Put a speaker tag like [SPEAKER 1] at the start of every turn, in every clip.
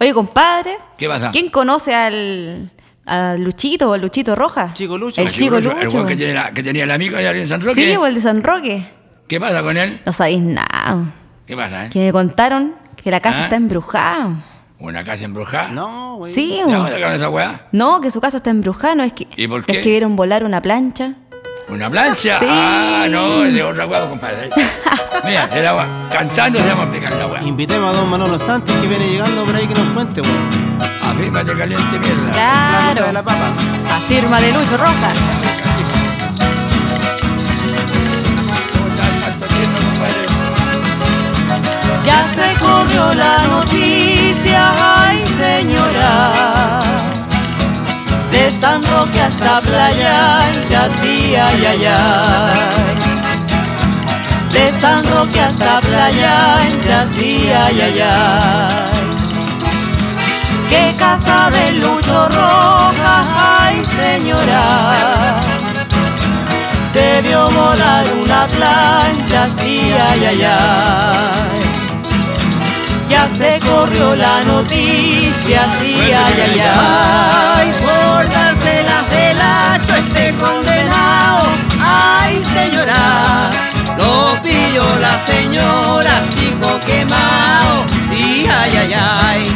[SPEAKER 1] Oye, compadre.
[SPEAKER 2] ¿Qué pasa?
[SPEAKER 1] ¿Quién conoce al, a Luchito o al Luchito Roja?
[SPEAKER 3] Chico Lucho.
[SPEAKER 1] El
[SPEAKER 3] Al
[SPEAKER 1] Chico
[SPEAKER 2] Lucho,
[SPEAKER 1] Lucho.
[SPEAKER 2] El weón que, tiene la- que tenía el amigo de en San Roque.
[SPEAKER 1] Sí, o el de San Roque.
[SPEAKER 2] ¿Qué pasa con él?
[SPEAKER 1] No sabéis nada.
[SPEAKER 2] ¿Qué pasa, eh?
[SPEAKER 1] Que me contaron que la casa
[SPEAKER 2] ¿Ah?
[SPEAKER 1] está embrujada.
[SPEAKER 2] ¿Una casa embrujada?
[SPEAKER 3] No, güey.
[SPEAKER 1] Sí,
[SPEAKER 2] ¿De
[SPEAKER 1] o-
[SPEAKER 2] dónde sacaron esa weá?
[SPEAKER 1] No, que su casa está embrujada, no es que
[SPEAKER 2] ¿Y por
[SPEAKER 1] es
[SPEAKER 2] qué?
[SPEAKER 1] que vieron volar una plancha.
[SPEAKER 2] ¿Una plancha?
[SPEAKER 1] Sí.
[SPEAKER 2] Ah, no, es de otra weá, compadre. Mira, el agua. Cantando se vamos a explicar la weá.
[SPEAKER 3] Invitemos a don Manolo Santos que viene llegando por ahí que nos cuente, güey.
[SPEAKER 2] Afírmate caliente, mierda.
[SPEAKER 3] La ruta de
[SPEAKER 1] Claro.
[SPEAKER 3] la papa.
[SPEAKER 1] Afirma de Lucho Roja.
[SPEAKER 2] ¿Cómo estás? ¿Cuánto tiempo, compadre?
[SPEAKER 1] Ya se corrió la noticia, ay señora. De San Roque hasta Playa, ya sí, ay, ay, ay. De San Roque hasta Playa, ya sí, ay, ay, ay. Qué casa de lucho roja, ay señora. Se vio volar una plancha, sí, ay, ay, ay. Ya se corrió la noticia, sí, ay, ay, ay. Por darse las delato este condenado, ay, señora. Lo pilló la señora, chico quemado, sí, ay, ay, ay.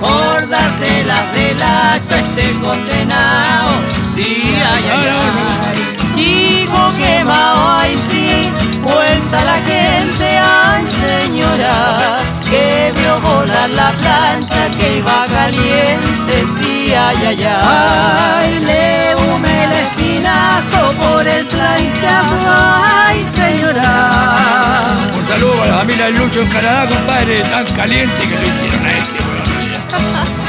[SPEAKER 1] Por darse las delato este condenado, sí, ay, ay, ay. Chico quemado, ay sí, cuenta la gente, ay señora, que vio volar la plancha que iba caliente, sí, ay, ay, ay. Le hume el espinazo por el planchazo, ay señora.
[SPEAKER 2] Un saludo a la familia del Lucho en Canadá, compadre, tan caliente que lo hicieron a este, weón.